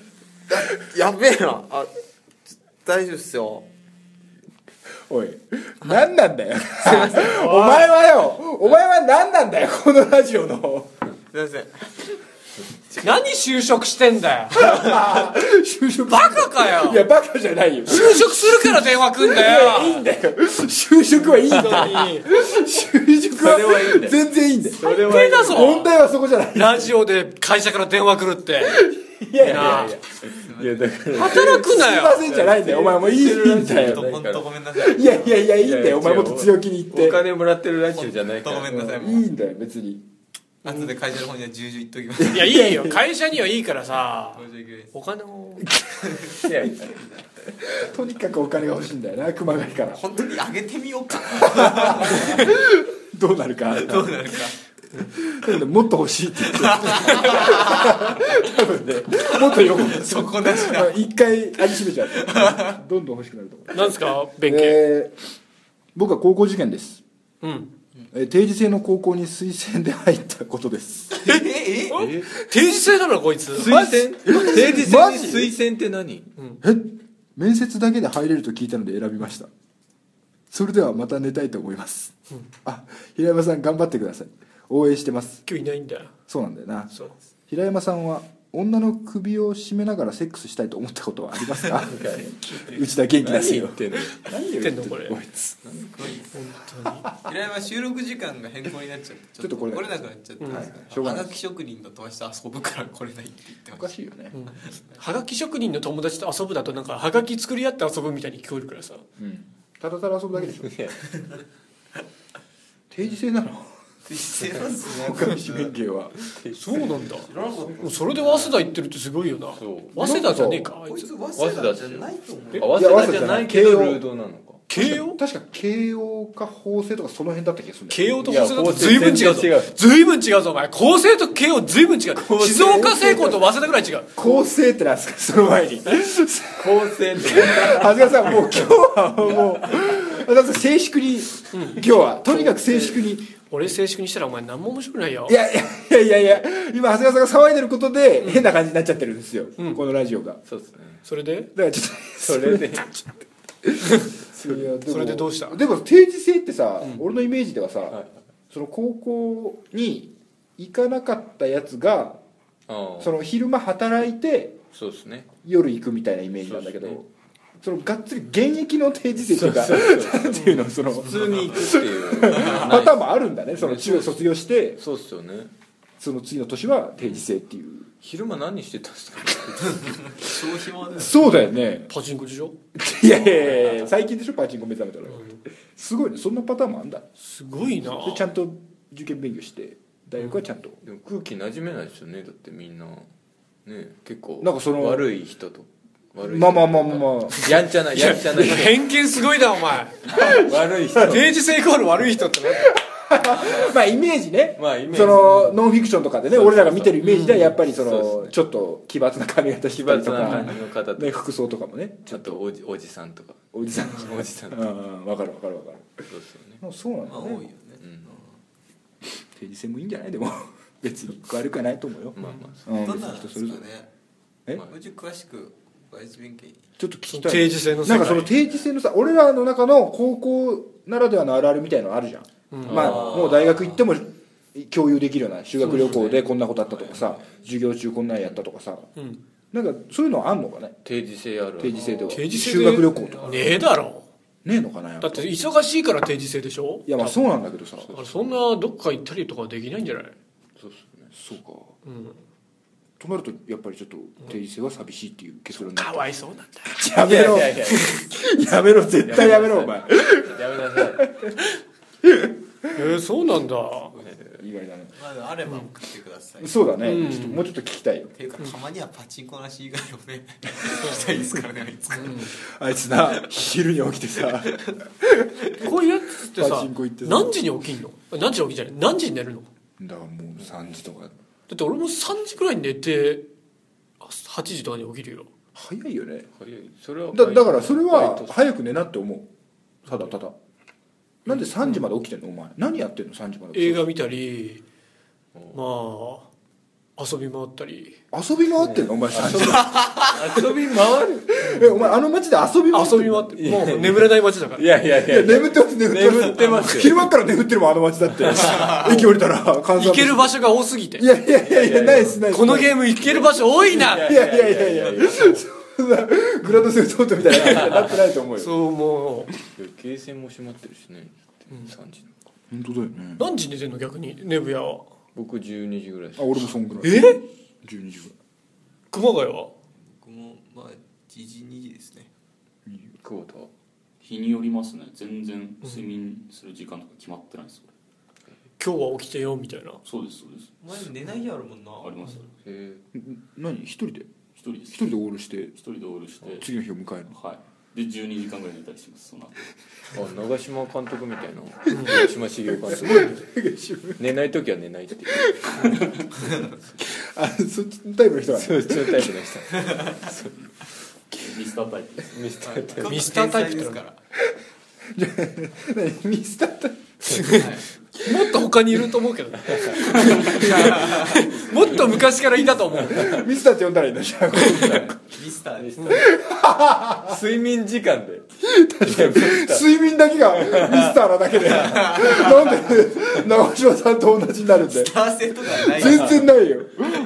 Speaker 4: やべえなあ大丈夫っすよ
Speaker 2: おい何なんだよお前はよお前は何なんだよこのラジオの
Speaker 4: すいません
Speaker 1: 何就職してんだよ
Speaker 2: 就職
Speaker 1: バカかよ
Speaker 2: いやバカじゃないよ
Speaker 1: 就職するから電話くんだ
Speaker 2: いい
Speaker 1: よ
Speaker 2: んだよ就職はいいんだよ就職は
Speaker 3: それはいいんだよ
Speaker 2: 全然いいんだよ
Speaker 3: それは
Speaker 1: 手だ
Speaker 2: 問
Speaker 1: ぞ
Speaker 2: 題はそこじゃない
Speaker 1: ラジオで会社から電話くるって
Speaker 2: いやいや
Speaker 1: ない
Speaker 3: やだから
Speaker 1: 働くな
Speaker 2: すい
Speaker 1: よ
Speaker 2: ませんじゃないんだよお前もういいんだ
Speaker 4: ほ
Speaker 2: よ
Speaker 4: んとごめんなさい
Speaker 2: いやいやいやいいんだよお前
Speaker 3: いや
Speaker 2: も
Speaker 3: いや
Speaker 2: っと強気に言
Speaker 3: お
Speaker 2: って
Speaker 3: 金もらってるラジオじゃないか
Speaker 4: ほんとごめんなさい
Speaker 2: いい
Speaker 4: もうん
Speaker 2: だよ別に
Speaker 4: 後で会社の方には重々言っときます
Speaker 1: いやいいよ会社にはいいからさ
Speaker 4: 申し訳ないです
Speaker 1: お金を
Speaker 3: らいやいや
Speaker 2: とにかくお金が欲しいんだよな熊谷から
Speaker 4: 本当に上げてみようか
Speaker 2: どうなるか
Speaker 4: どうなるか
Speaker 2: なんでもっと欲しいって言ってる多分ねもっとよく
Speaker 4: そこなしな
Speaker 2: 一回味しめちゃうどんどん欲しくなると思う
Speaker 1: なんですか弁慶
Speaker 2: えー僕は高校受験です
Speaker 1: うん
Speaker 2: えー定時制の高校に推薦で入ったことです
Speaker 4: えええ
Speaker 1: 定時制なのこいつ
Speaker 3: 推薦定時制
Speaker 2: マ
Speaker 3: に
Speaker 2: ジ
Speaker 3: 推薦って何
Speaker 2: え面接だけで入れると聞いたので選びましたそれではまた寝たいと思います、あ平山さん頑張ってください応援してます
Speaker 1: 今日いないんだよ
Speaker 2: そうなんだよな
Speaker 1: そう
Speaker 2: 平山さんは女の首を絞めながらセックスしたいと思ったことはあります か内田元気
Speaker 3: 何
Speaker 2: です
Speaker 3: 言
Speaker 2: よ
Speaker 3: ってんの
Speaker 2: 何
Speaker 1: 言ってんのこれ
Speaker 2: こいつ
Speaker 4: 平山収録時間が変更になっちゃって
Speaker 2: ちょっとこれ
Speaker 4: 来れなくなっちゃったんです
Speaker 2: しょうが
Speaker 4: は
Speaker 2: ない
Speaker 4: がき職人の友達と遊ぶから来れないって言って
Speaker 2: お
Speaker 4: ま
Speaker 2: か
Speaker 4: し
Speaker 2: しいよね、
Speaker 1: はがき職人の友達と遊ぶだとなんかはがき作り合って遊ぶみたいに聞こえるからさ
Speaker 2: ただただ遊ぶだけでしょ
Speaker 3: いや
Speaker 2: 定時制なの
Speaker 4: たしてますね
Speaker 2: 岡西弁慶は
Speaker 1: そうなんだもうそれで早稲田行ってるってすごいよな
Speaker 3: そう
Speaker 1: 早稲田じゃねえかあい
Speaker 4: こい
Speaker 1: つ
Speaker 4: つ早稲田じゃないと思う
Speaker 3: 合わせたじゃないけどルードなのか
Speaker 1: 慶応
Speaker 2: 確か慶応か法政とかその辺だった気がするんだよ
Speaker 1: 慶応と法政だと
Speaker 3: い
Speaker 1: 随
Speaker 3: や法
Speaker 1: 分違う
Speaker 3: 政
Speaker 1: ぞ
Speaker 3: 全然
Speaker 1: 随
Speaker 3: 違う
Speaker 1: 分違うぞお前高政と慶応随分違う静岡聖光と早稲田ぐらい違う
Speaker 2: 構成ってなんですかその前に
Speaker 3: 高専って
Speaker 2: 長谷川さんもう今日はもう長谷川さん静粛に今日はとにかく静粛に
Speaker 1: 俺静粛にしたらお前何も面白くないよ
Speaker 2: いやいやいやいや今長谷川さんが騒いでることで変な感じになっちゃってるんですよ、このラジオがだか
Speaker 3: そうですね
Speaker 1: それで
Speaker 2: らちょっと
Speaker 3: それで
Speaker 2: それはも
Speaker 1: それでどうした
Speaker 2: でも定時制ってさ、俺のイメージではさ、その高校に行かなかったやつが
Speaker 3: ああ
Speaker 2: その昼間働いて
Speaker 3: そうです ね
Speaker 2: 夜行くみたいなイメージなんだけどそ,、
Speaker 3: そう
Speaker 2: のがっつり現役の定時制っていうか
Speaker 3: そう
Speaker 2: なんていうのその
Speaker 3: 普通に行くっていう
Speaker 2: パターンもあるんだねその中学卒業して
Speaker 3: そうっすよね
Speaker 2: その次の年は定時制っていう
Speaker 3: 昼間何してたんで すか
Speaker 5: 消費もね
Speaker 2: そうだよね
Speaker 1: パチンコでしょ
Speaker 2: いやいやいや最近でしょパチンコ目覚めたの、すごいねそんなパターンもあんだです
Speaker 1: ごいな
Speaker 2: ちゃんと受験勉強して大学はちゃんと、
Speaker 3: でも空気馴染めないですよねだってみんなね結構
Speaker 2: なんかその
Speaker 3: 悪い人と悪い人と
Speaker 2: まあまあまあまあ まあ
Speaker 3: やんちゃなやんちゃな人
Speaker 1: 偏見すごいなお前
Speaker 3: 悪い人
Speaker 1: 定時制イコール悪い人って
Speaker 2: まあイメージね、
Speaker 3: まあイメージ
Speaker 2: そのノンフィクションとかでね
Speaker 3: そうそう
Speaker 2: 俺らが見てるイメージではやっぱりその
Speaker 3: そうそう
Speaker 2: ちょっと奇抜な髪型し
Speaker 3: 奇
Speaker 2: てたり
Speaker 3: 抜
Speaker 2: と
Speaker 3: な
Speaker 2: か
Speaker 3: 感、じの方と
Speaker 2: ね、服装とかもね
Speaker 3: ちょっとおじおじさんとか
Speaker 2: おじさん
Speaker 3: おじさ
Speaker 2: う
Speaker 3: んと
Speaker 2: ん
Speaker 3: か
Speaker 2: うん分かる分かる分かる
Speaker 3: そうですよね
Speaker 2: もうそうなん
Speaker 4: ま
Speaker 2: だ
Speaker 4: あ多いよね
Speaker 2: ね定時制もいいんじゃないでも別に悪くはないと思うよ、
Speaker 3: まあまあ
Speaker 2: うん、
Speaker 4: どん
Speaker 2: 別
Speaker 4: な
Speaker 2: に
Speaker 4: ん
Speaker 2: 人
Speaker 4: で
Speaker 2: そ
Speaker 4: す
Speaker 2: れ
Speaker 4: かね
Speaker 2: ぞれえ
Speaker 4: もうちょい詳しく外事弁慶に
Speaker 2: ちょっと聞きたい
Speaker 1: 定時制の世
Speaker 2: な
Speaker 1: 界
Speaker 2: んかその定時制のさ俺らの中の高校ならではのあるあるみたいのあるじゃん、まあもう大学行っても共有できるような修学旅行でこんなことあったとかさ、授業中こんなんやったとかさ、
Speaker 1: ん
Speaker 2: なんかそういうのあんのかね
Speaker 3: 定時制あるある
Speaker 2: 定時制では
Speaker 1: 定時制で
Speaker 2: 修学旅行とかね
Speaker 1: ねえだろ
Speaker 2: えのかなやっ
Speaker 1: だ
Speaker 2: ぱ
Speaker 1: って忙しいから定時制でしょ
Speaker 2: いやまあそうなんだけどさ
Speaker 1: だからそんなどっか行ったりとかはできないんじゃない
Speaker 3: そうっすね
Speaker 2: そうか
Speaker 1: うん
Speaker 2: となるとやっぱりちょっと定時制は寂しいっていう結論にな
Speaker 1: か
Speaker 2: った
Speaker 1: わいそうなんだよ
Speaker 2: やめろ
Speaker 3: いやいやい
Speaker 2: やめろ絶対やめろお前
Speaker 3: ややめなさい
Speaker 1: えー、そうなんだ
Speaker 2: 意外だね
Speaker 4: まああれば送ってください、
Speaker 2: そうだね、
Speaker 1: うん
Speaker 2: ちょっともうちょっと聞きたいよ
Speaker 4: っていうかたまにはパチンコなし以外をねしたいですからねあいつから
Speaker 2: あいつな昼に起きてさ
Speaker 1: こういうやつって
Speaker 2: パ
Speaker 1: さ
Speaker 2: チンコ行ってさ
Speaker 1: 何時に起きんの何時に起きんじゃない何時に寝るのだ
Speaker 2: だからもう3時とか
Speaker 1: って俺も3時くらいに寝てあ8時とかに起きるよ
Speaker 2: 早いよね
Speaker 3: 早いそれは
Speaker 2: だだからそれ
Speaker 3: バイ
Speaker 2: は
Speaker 3: トっす
Speaker 2: 早く寝なって思うただただなんで3時まで起きてんのお前何やってんの3時まで
Speaker 1: 映画見たりま
Speaker 3: お
Speaker 1: あ遊び回ったり
Speaker 2: 遊び回ってんのお前3時ま
Speaker 3: 遊び回る
Speaker 2: でえお前あの街で遊び回って
Speaker 1: 遊
Speaker 2: ん
Speaker 1: び
Speaker 2: の
Speaker 1: 回ってもう眠れない街だから
Speaker 3: いやいやいや
Speaker 2: いや眠ってます眠ってます
Speaker 3: 眠ってますよ
Speaker 2: 昼間から眠ってるもんあの街だって駅降りたら換
Speaker 1: 行
Speaker 2: 算
Speaker 1: ける場所が多すぎて
Speaker 2: いやいやいやいやないっすないっす
Speaker 1: このゲーム行ける場所多いない
Speaker 2: やいやいやいやそんなグランドセフトオートみたいな感じになってないと思うよ
Speaker 1: そうもう
Speaker 3: ゲーセンも閉まってるしね3時
Speaker 2: 本当だよね
Speaker 1: 何時に寝てんの逆にネブヤは
Speaker 3: 僕12時ぐらいです
Speaker 2: あ俺もそんぐらい
Speaker 1: え
Speaker 2: 12時ぐ
Speaker 1: 熊谷は
Speaker 4: 僕もまあ時事2時ですね
Speaker 3: 久保田は
Speaker 5: 日によりますね全然睡眠する時間とか決まってないです
Speaker 1: 今日は起きてよみたいな
Speaker 5: そうですそうです
Speaker 4: お前寝ない日あるもんな
Speaker 5: あります
Speaker 3: へえ
Speaker 2: らい何一人で
Speaker 5: 一人で
Speaker 2: 一
Speaker 5: す
Speaker 2: 人でオールして
Speaker 5: 一人でオールして
Speaker 2: 次の日を迎えるの
Speaker 5: はいで12時間ぐらい寝たりしますその後
Speaker 3: あ長嶋監督みたい な長嶋茂雄監督寝ない時は寝ないっていう
Speaker 2: あそっちのタイプの人は
Speaker 3: そういうタイプの 人
Speaker 5: ミスタータイプです
Speaker 3: ミスター
Speaker 4: 今度
Speaker 1: ミスタータイプ
Speaker 4: 天才
Speaker 1: っ
Speaker 4: で
Speaker 1: て
Speaker 4: す
Speaker 1: の
Speaker 4: か
Speaker 1: は
Speaker 4: ら
Speaker 2: 何ミスタータイプ
Speaker 1: もっと他にいると思うけどねもっと昔からいたと思う
Speaker 2: ミスターって呼んだらいいんだじゃあ
Speaker 4: ミスターです
Speaker 3: 睡眠時間で
Speaker 2: 睡眠だけがミスターなだけでなんで長嶋さんと同じになるんだよ
Speaker 4: ターセントがない
Speaker 2: 全然ないよ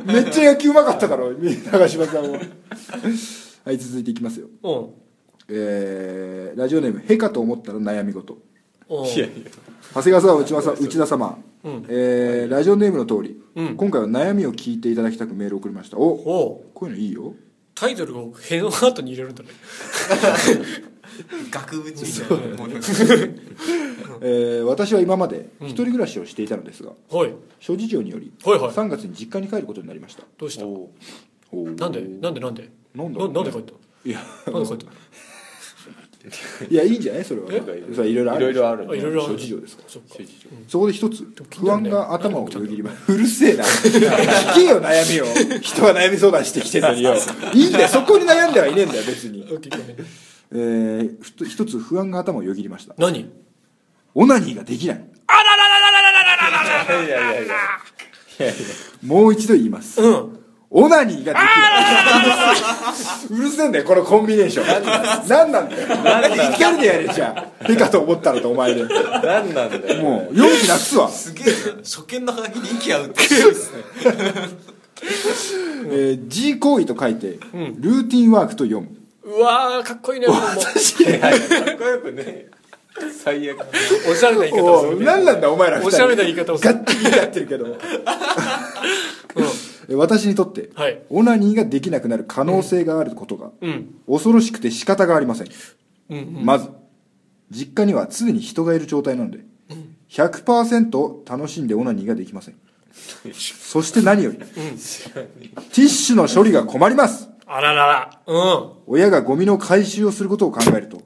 Speaker 2: めっちゃ野球うまかったから長嶋さんははい続いていきますよ
Speaker 1: うん
Speaker 2: えーラジオネーム「へかと思ったら悩み事」
Speaker 1: うん
Speaker 2: 長谷川さん内田さん内田様、
Speaker 1: うん
Speaker 2: えーラジオネームの通り、
Speaker 1: うん
Speaker 2: 今回は悩みを聞いていただきたくメールを送りましたお
Speaker 1: おう
Speaker 2: こういうのいいよ
Speaker 1: タイトルを「へ」の後に入れるんだね
Speaker 4: 額縁みたいなものが
Speaker 2: えー私は今まで一人暮らしをしていたのですが、
Speaker 1: はい
Speaker 2: 諸事情により
Speaker 1: はいはい
Speaker 2: 3月に実家に帰ることになりました
Speaker 1: どうした
Speaker 3: お
Speaker 1: なんでなんでなんで
Speaker 2: なん
Speaker 1: な
Speaker 2: だろうね
Speaker 1: なんで書いた
Speaker 2: いや
Speaker 1: なんで書いた
Speaker 2: いやいいんじゃないそれは
Speaker 1: え
Speaker 2: それはいろいろある
Speaker 3: いろいろある
Speaker 1: あいろいろある
Speaker 2: 諸事情ですから
Speaker 1: そっか
Speaker 2: そこで一つ
Speaker 1: 気に
Speaker 2: 不
Speaker 1: なる
Speaker 2: 安
Speaker 1: ね
Speaker 2: が頭をよぎりますうるせえな聞けよ悩みを人が悩み相談してきてるのによいいんだよそこに悩んではいねえんだよ別に、
Speaker 1: OK ごめん
Speaker 2: えーふと一つ不安が頭をよぎりました
Speaker 1: 何
Speaker 2: オナニーができない
Speaker 3: いやいやいや
Speaker 2: もう一度言います
Speaker 1: うん
Speaker 2: オナニーができないうるせえんだよこのコンビネーション何なんだよ一人でやれじゃあへかと思ったらとお前で
Speaker 3: 何なんだよ
Speaker 2: もう容器なくすわ、
Speaker 4: すげえな初見のハガキに息合うって
Speaker 2: えー、G 行為と書いて、ルーティンワークと読む
Speaker 1: うわーかっこいいねもう
Speaker 3: かっこよくね最悪
Speaker 1: おしゃれな言い方をす
Speaker 2: お
Speaker 1: る
Speaker 2: う
Speaker 1: ね
Speaker 2: 何なんだお前ら二人
Speaker 1: おしゃれな言い方をす
Speaker 2: ガ
Speaker 1: る
Speaker 2: ッチリやってるけど、え私にとって、
Speaker 1: はい
Speaker 2: オナニーができなくなる可能性があることが、
Speaker 1: うん
Speaker 2: 恐ろしくて仕方がありません、
Speaker 1: うんうん
Speaker 2: まず実家には常に人がいる状態なので、100%楽しんでオナニーができませんそして何より、ティッシュの処理が困ります
Speaker 1: あらららうんは
Speaker 2: 親がゴミの回収をすることを考えると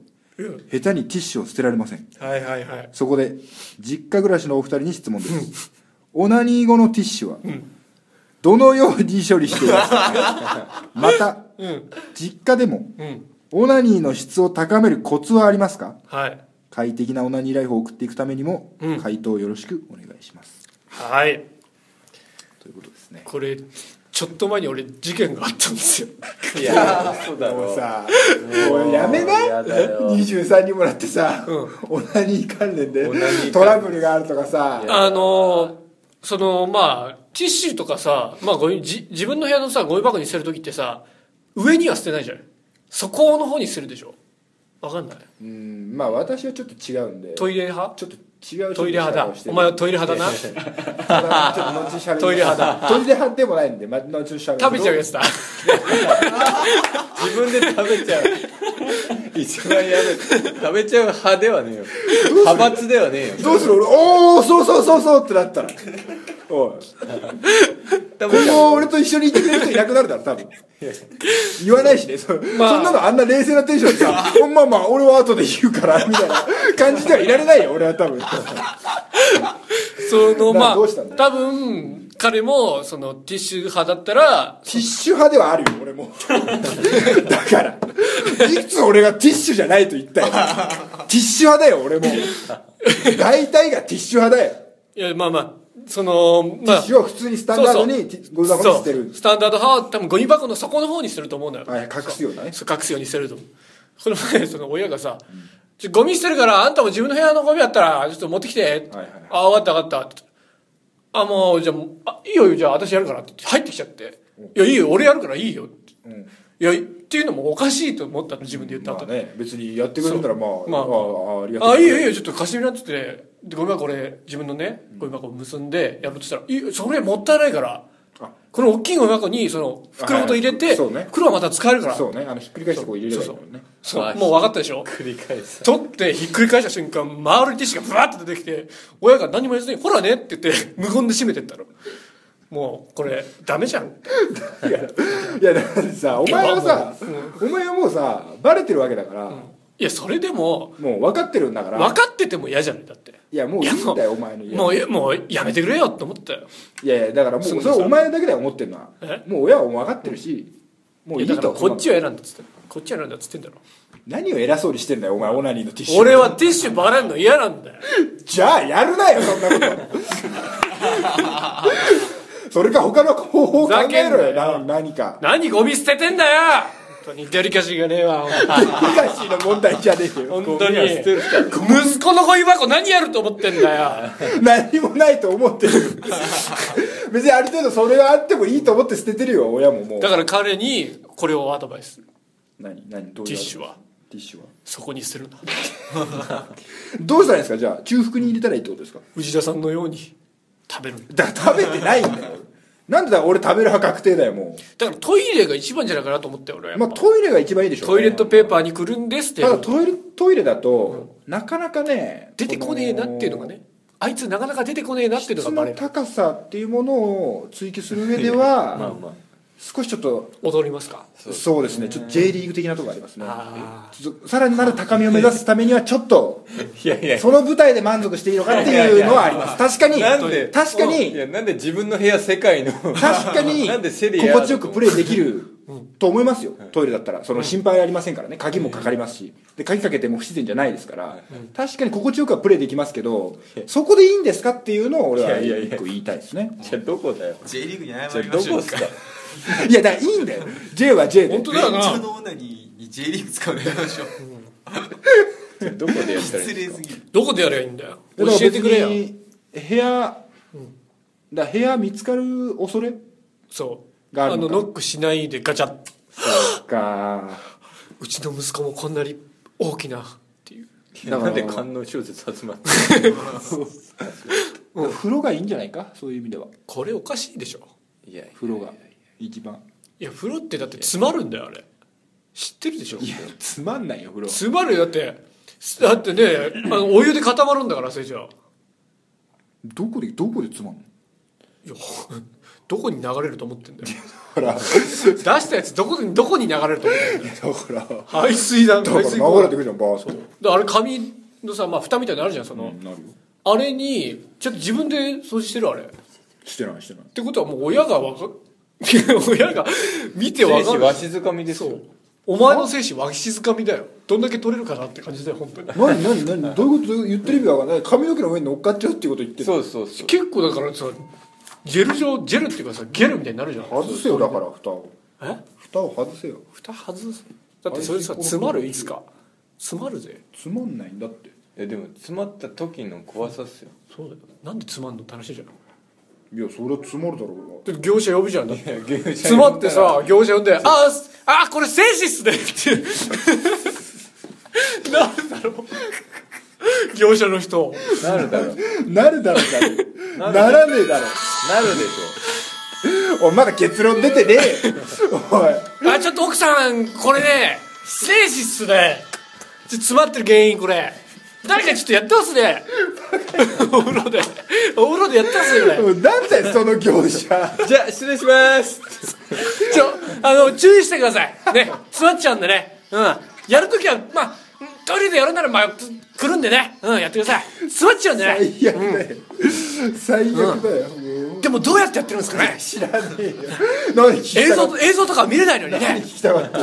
Speaker 2: 下手にティッシュを捨てられません
Speaker 1: いはいはい
Speaker 2: そこで実家暮らしのお二人に質問ですオナニー後のティッシュはどのように処理していま すかまた
Speaker 1: うん
Speaker 2: 実家でも
Speaker 1: うん
Speaker 2: オナニーの質を高めるコツはありますか
Speaker 1: はい
Speaker 2: 快適なオナニーライフを送っていくためにも
Speaker 1: うん
Speaker 2: 回答よろしくお願いします、
Speaker 1: はい
Speaker 2: ということですね
Speaker 1: これちょっと前に俺事件があったんですよ
Speaker 3: いやそうだろう
Speaker 2: さあもうやめない
Speaker 3: やだよ
Speaker 2: 23にもらってさ、オナニー関連でトラブルがあるとかさ
Speaker 1: あのーそのまあティッシュとかさ、まあ、ゴミじ自分の部屋のさゴミ箱に捨てる時ってさ上には捨てないじゃないそこの方に捨てるでしょわかんない
Speaker 2: うんまあ私はちょっと違うんで
Speaker 1: トイレ派
Speaker 2: ちょっと違う
Speaker 1: トイレ派だお前はトイレ派だ な食
Speaker 2: なちょっと後しゃべ
Speaker 1: トイレ派
Speaker 2: だトイレ派でもないんで、ま、後しゃべ
Speaker 1: べちゃうやつだ
Speaker 3: 自分で食べ ちゃう一番やべえ食べちゃう派ではねえよ派閥ではねえよ
Speaker 2: どうする俺おおそうそうそうそうってなったらおい
Speaker 3: 多
Speaker 2: 今
Speaker 3: 分
Speaker 2: 後俺と一緒にいてくれる人いなくなるだろ多分言わないしねそ,、
Speaker 1: まあ
Speaker 2: そんなのあんな冷静なテンションで さ「ほんまあまあ俺は後で言うから」みたいな感じではいられないよ俺は多分
Speaker 1: そのま
Speaker 2: な
Speaker 1: あ
Speaker 2: どうしたんだよ
Speaker 1: 多分彼もそのティッシュ派だったら
Speaker 2: ティッシュ派ではあるよ 俺もだからいつ俺がティッシュじゃないと言ったよティッシュ派だよ俺も大体がティッシュ派だよ
Speaker 1: いやまあまあその
Speaker 2: ティ
Speaker 1: ま
Speaker 2: ッ
Speaker 1: あ
Speaker 2: シュを普通にスタンダードにティゴミ箱に捨て
Speaker 1: そう
Speaker 2: る
Speaker 1: スタンダード派は多分ゴミ箱の底の方に捨てると思うんだよ、
Speaker 2: はい隠すようなね
Speaker 1: そう隠すようにしてると思うこの前その親がさ、ちょゴミ捨てるからあんたも自分の部屋のゴミあったらちょっと持ってきて、
Speaker 2: はいはい
Speaker 1: あ分かった分かったってあもうじゃああいいよいいよじゃあ私やるからって言って入ってきちゃって「いやいいよ俺やるからいいよ」って、いやっていうのもおかしいと思ったの自分で言った
Speaker 2: ま
Speaker 1: 後
Speaker 2: あね別にやってくれるならまあ、
Speaker 1: まあ
Speaker 2: ああありがとう
Speaker 1: あ、いいよいいよ、ちょっと貸してみなって言ってね、でゴミ箱俺、自分のね、ゴミ箱を結んでやろうとしたら、いいよそれもったいないから
Speaker 2: あ、
Speaker 1: この大きいゴミ箱に、その、袋ごと入れ
Speaker 2: はいは
Speaker 1: て、
Speaker 2: いそうね
Speaker 1: 袋はまた使えるから、
Speaker 2: そうねあのひっくり返してこう入れればいいもんね
Speaker 1: そう
Speaker 3: はい
Speaker 1: もう分かったでしょ
Speaker 3: 繰り返す
Speaker 1: 取ってひっくり返した瞬間、周りにティッシュがブワーって出てきて、親が何も言わずに、ほらねって言って、 無言で閉めてったの。もう、これ、ダメじゃん。
Speaker 2: いやだから さお前はさ、お前はもうさバレてるわけだから、
Speaker 1: いや、それでも、
Speaker 2: もう分かってるんだから
Speaker 1: 分かってても嫌じゃないだって。
Speaker 2: いやもういいんだよお前の家
Speaker 1: もうえ、もう、やめてくれよって思ったよ。
Speaker 2: いやいやだからもう
Speaker 1: そん
Speaker 2: それ
Speaker 1: なさ
Speaker 2: お前だけだよ思ってるのは
Speaker 1: え
Speaker 2: もう親は分かってるし、もういい
Speaker 1: いやだから
Speaker 2: と
Speaker 1: こっちを選んだっつってんのこっちを選んだっつってんだろ
Speaker 2: 何を偉そうにしてんだよお前オナニーのティッシュ
Speaker 1: 俺はティッシュばらんの嫌なんだよ
Speaker 2: じゃあやるなよそんなこ とそれか他の方法を考えろ
Speaker 1: ふざけ
Speaker 2: よ
Speaker 1: んなよ
Speaker 2: な何か
Speaker 1: 何ゴミ捨ててんだよ本当にデリカシーがねえわ
Speaker 2: リカシーの問題じゃね えよ
Speaker 1: 本当に
Speaker 3: ゴミは捨てるから
Speaker 1: 息子のゴミ箱何やると思ってんだよ
Speaker 2: 何もないと思ってる別にある程度それがあってもいいと思って捨ててるよ親ももう
Speaker 1: だから彼にこれをアドバイス
Speaker 2: 何何どう
Speaker 1: テ
Speaker 2: いう
Speaker 1: ィッシュは
Speaker 2: ティッシュは
Speaker 1: そこに捨てるな
Speaker 2: どうしたらいいんですかじゃあ中腹に入れたらいいってことですか
Speaker 1: 藤田さんのように食べる
Speaker 2: だから食べてないんだよなんでだ俺食べる派確定だよも
Speaker 1: だからトイレが一番じゃないかなと思ったよ俺は
Speaker 2: う
Speaker 1: やっぱ
Speaker 2: まあトイレが一番いいでしょうね
Speaker 1: トイレットペーパーにくるんで捨て
Speaker 2: ただ
Speaker 1: る
Speaker 2: トイレトイレだと、なかなかね
Speaker 1: 出てこねえなっていうのがねあいつなかなか出てこねえなっていうの
Speaker 2: そ
Speaker 1: がバ
Speaker 2: の質
Speaker 1: レ
Speaker 2: の
Speaker 1: る
Speaker 2: 高さっていうものを追求する上では、
Speaker 3: まあまあ
Speaker 2: 少しちょっと
Speaker 1: 踊りますか
Speaker 2: そうですねちょっと J リーグ的なところありますね
Speaker 1: あ
Speaker 2: ちょっとさらになる高みを目指すためにはちょっと
Speaker 3: いやいや
Speaker 2: その舞台で満足していいのかっていうのはあります確かに
Speaker 3: なんで
Speaker 2: 確か
Speaker 3: い
Speaker 2: に
Speaker 3: やなんで自分の部屋世界の
Speaker 2: 確かに
Speaker 3: なんでセリア
Speaker 2: 心地よくプレーできると思いますよトイレだったらその心配ありませんからね鍵もかかりますしで鍵かけても不自然じゃないですから確かに心地よくはプレーできますけどそこでいいんですかっていうのを俺はい
Speaker 3: やいやいや
Speaker 2: 一個言いたいですね
Speaker 3: じゃあどこだよ
Speaker 6: J リーグに謝
Speaker 3: じゃあ
Speaker 6: り
Speaker 3: ど
Speaker 6: ましょ
Speaker 3: こ
Speaker 6: う
Speaker 3: っすか
Speaker 2: いやだからいいんだよ J は J で
Speaker 1: 本当だよな
Speaker 6: 勉強のオナニーに J リーグ使うのやめましょう
Speaker 3: じゃあどこでやったらいい
Speaker 6: 失
Speaker 3: んで
Speaker 6: 礼
Speaker 3: すか
Speaker 6: すぎる
Speaker 1: どこでやればいいんだよ
Speaker 2: だ
Speaker 1: 教
Speaker 2: から
Speaker 1: え
Speaker 2: 別
Speaker 1: てくれよ
Speaker 2: に部屋だから部屋見つかる恐れ
Speaker 1: そう
Speaker 2: があ
Speaker 1: あ
Speaker 2: る
Speaker 1: の
Speaker 2: のか
Speaker 1: ノックしないでガチャ
Speaker 2: か
Speaker 1: うちの息子もこんなに大きなっていう
Speaker 2: だから
Speaker 3: なんで観音小説集まって
Speaker 2: 風呂がいいんじゃないかそういう意味では
Speaker 1: これおかしいでしょ
Speaker 3: いや
Speaker 2: 風呂が一番
Speaker 1: いや風呂ってだって詰まるんだよあれ知ってるでしょ
Speaker 2: いやつまんないよ風呂
Speaker 1: 詰まるよだってだってねあのお湯で固まるんだからそれじゃあ
Speaker 2: どこでどこでつまんの
Speaker 1: いやどこに流れると思ってんだよ
Speaker 2: ほらだ
Speaker 1: 出したやつどこにどこに流れると思ってんだよ
Speaker 2: からだか
Speaker 1: 排水だ
Speaker 2: ら
Speaker 1: 排
Speaker 2: 流
Speaker 1: 水口
Speaker 2: れてくるじゃんバーッと
Speaker 1: だあれ紙のさまあ蓋みたいになのあるじゃんその、
Speaker 2: なるよ
Speaker 1: あれにちょっと自分で掃除してるあれっ
Speaker 2: してないしてない
Speaker 1: てことはもう親がわか 親が見てわかる
Speaker 3: わしづかみです
Speaker 1: そ
Speaker 3: よ
Speaker 1: うお前の精神わしづかみだよどんだけ取れるかなって感じだよ本当に
Speaker 2: 何何何どういうこと言ってる意味が分かんない髪の毛の上に乗っかっちゃうっていうこと言ってる
Speaker 3: そうそうそう
Speaker 1: 結構だからさジェル状ジェルっていうかさゲルみたいになるじゃん
Speaker 2: 外せよだから蓋を
Speaker 1: え
Speaker 2: 蓋を外せよ
Speaker 1: 蓋外すだってそれさ詰まるいつか詰まるぜ
Speaker 2: つまんないんだって
Speaker 3: いやでも詰まった時の怖さっすよ
Speaker 1: そうだよなんで詰まんの楽しいじゃん
Speaker 2: いやそれは積もるだろう
Speaker 1: で業者呼ぶじゃんだって詰
Speaker 3: 詰
Speaker 1: まってさ業者呼んで「あーすあーこれ精子っすね」って なんだろう業者の人
Speaker 3: なるだろう
Speaker 2: ななるだろうなるならねえだろ
Speaker 3: なるでし
Speaker 2: おいまだ結論出てねえよおい
Speaker 1: あちょっと奥さんこれね精子っすねちょ詰まってる原因これ誰かちょっとやってます ねお風呂でお風呂でやってますねこれ
Speaker 2: なんだよその業者
Speaker 3: ょじゃあ失礼します
Speaker 1: ちょ、あの、注意してください。ね、詰まっちゃうんでね。うん。やるときは、まあ、トイレでやるなら、まあ、く来るんでね。うん、やってください。詰まっちゃうんでね。
Speaker 2: 最悪だよ、最悪だよ、もう
Speaker 1: でも、どうやってやってるんですかね。
Speaker 2: 知らねえよ何聞き
Speaker 1: 映
Speaker 2: たかっ
Speaker 1: 像、映像とかは見れないのに
Speaker 2: た何
Speaker 1: ね
Speaker 2: 聞。きたかった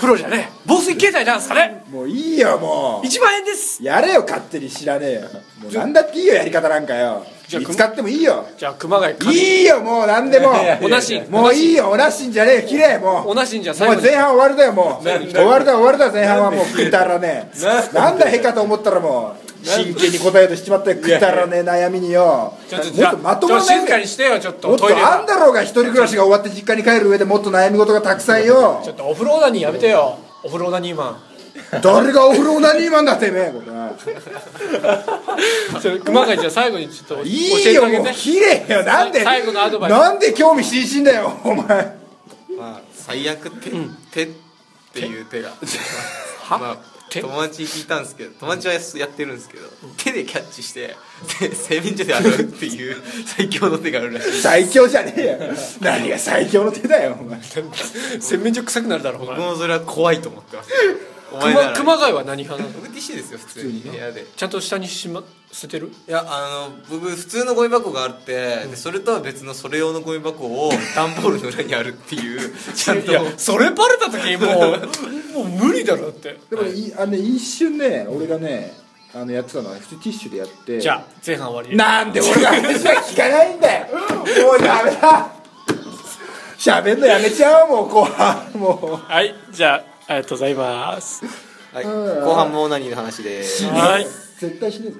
Speaker 1: プロじゃね。防水携帯なんですかね。
Speaker 2: もういいよも
Speaker 1: 1万円です。
Speaker 2: うやれよ勝手に知らねえよもう何だっていいよやり方なんかよ
Speaker 1: じゃあ
Speaker 2: 見つかってもいいよ
Speaker 1: じゃあ、熊谷、
Speaker 2: いいよもう何でも
Speaker 1: おなしん。
Speaker 2: もういいよおなしんじゃねえよ綺麗もう
Speaker 1: おなしんじゃあ最
Speaker 2: もう
Speaker 1: 後に
Speaker 2: 前。半終わりだよもう
Speaker 3: なな
Speaker 2: 終わりだ終わりだ前半はもうくだらねえなんだへかと思ったらもう真剣に答えとしちまったよくだらねえ悩みによ
Speaker 1: ちょっと、
Speaker 2: もっ
Speaker 1: ち
Speaker 2: と
Speaker 1: ょ
Speaker 2: ま
Speaker 1: っ
Speaker 2: と
Speaker 1: と
Speaker 2: もな
Speaker 1: 静
Speaker 2: 悩
Speaker 1: か
Speaker 2: み
Speaker 1: にしてよ、ちょっ
Speaker 2: も
Speaker 1: と。
Speaker 2: っ
Speaker 1: トイレ
Speaker 2: とあん
Speaker 1: は。
Speaker 2: だろうが一人暮らしが終わって実家に帰る上でもっと悩み事がたくさんよ
Speaker 1: ちょっと、お風呂オナニーやめてよ。お風呂オナニーマン。
Speaker 2: 誰がお風呂オナニーマンだてめえこれ
Speaker 1: ちょ熊谷、じゃあ最後にちょっと教
Speaker 2: い
Speaker 1: え
Speaker 2: い
Speaker 1: て
Speaker 2: よ
Speaker 1: あげ
Speaker 2: もう
Speaker 1: て。
Speaker 2: 綺麗よなんで
Speaker 1: 最後のアドバイス
Speaker 2: なんで興味津々だよお前
Speaker 6: まあ最悪手手っていう手が
Speaker 1: は
Speaker 6: まあ
Speaker 1: 手
Speaker 6: 友達に聞いたんですけど友達はやってるんですけど手でキャッチしてせ洗面所で洗うっていう最強の手があるらしい
Speaker 2: 最強じゃねえよ何が最強の手だよお前
Speaker 1: 洗面所臭くなるだろう
Speaker 6: 僕
Speaker 1: が
Speaker 6: もそれは怖いと思ってますお前な
Speaker 1: 熊
Speaker 6: ら
Speaker 1: 熊谷は何派なの
Speaker 6: 僕 TC ですよ普通に部屋で
Speaker 1: ちゃんと下にしま捨てる
Speaker 6: いやあの僕普通のゴミ箱があって、でそれとは別のそれ用のゴミ箱を段ボールの裏にあるっていうちゃんと
Speaker 1: それバレた時も うもう無理だろだって
Speaker 2: でもね、い、あのね一瞬ね俺がねあのやってたのは普通ティッシュでやって
Speaker 1: じゃあ前半終わり
Speaker 2: なんで俺が話は聞かないんだよもうダメだ 喋んのやめちゃおうもう後半も
Speaker 1: はいじゃあありがとうございます
Speaker 6: はい、後半も何の話で
Speaker 2: う
Speaker 1: はい
Speaker 2: 絶対しねえぞ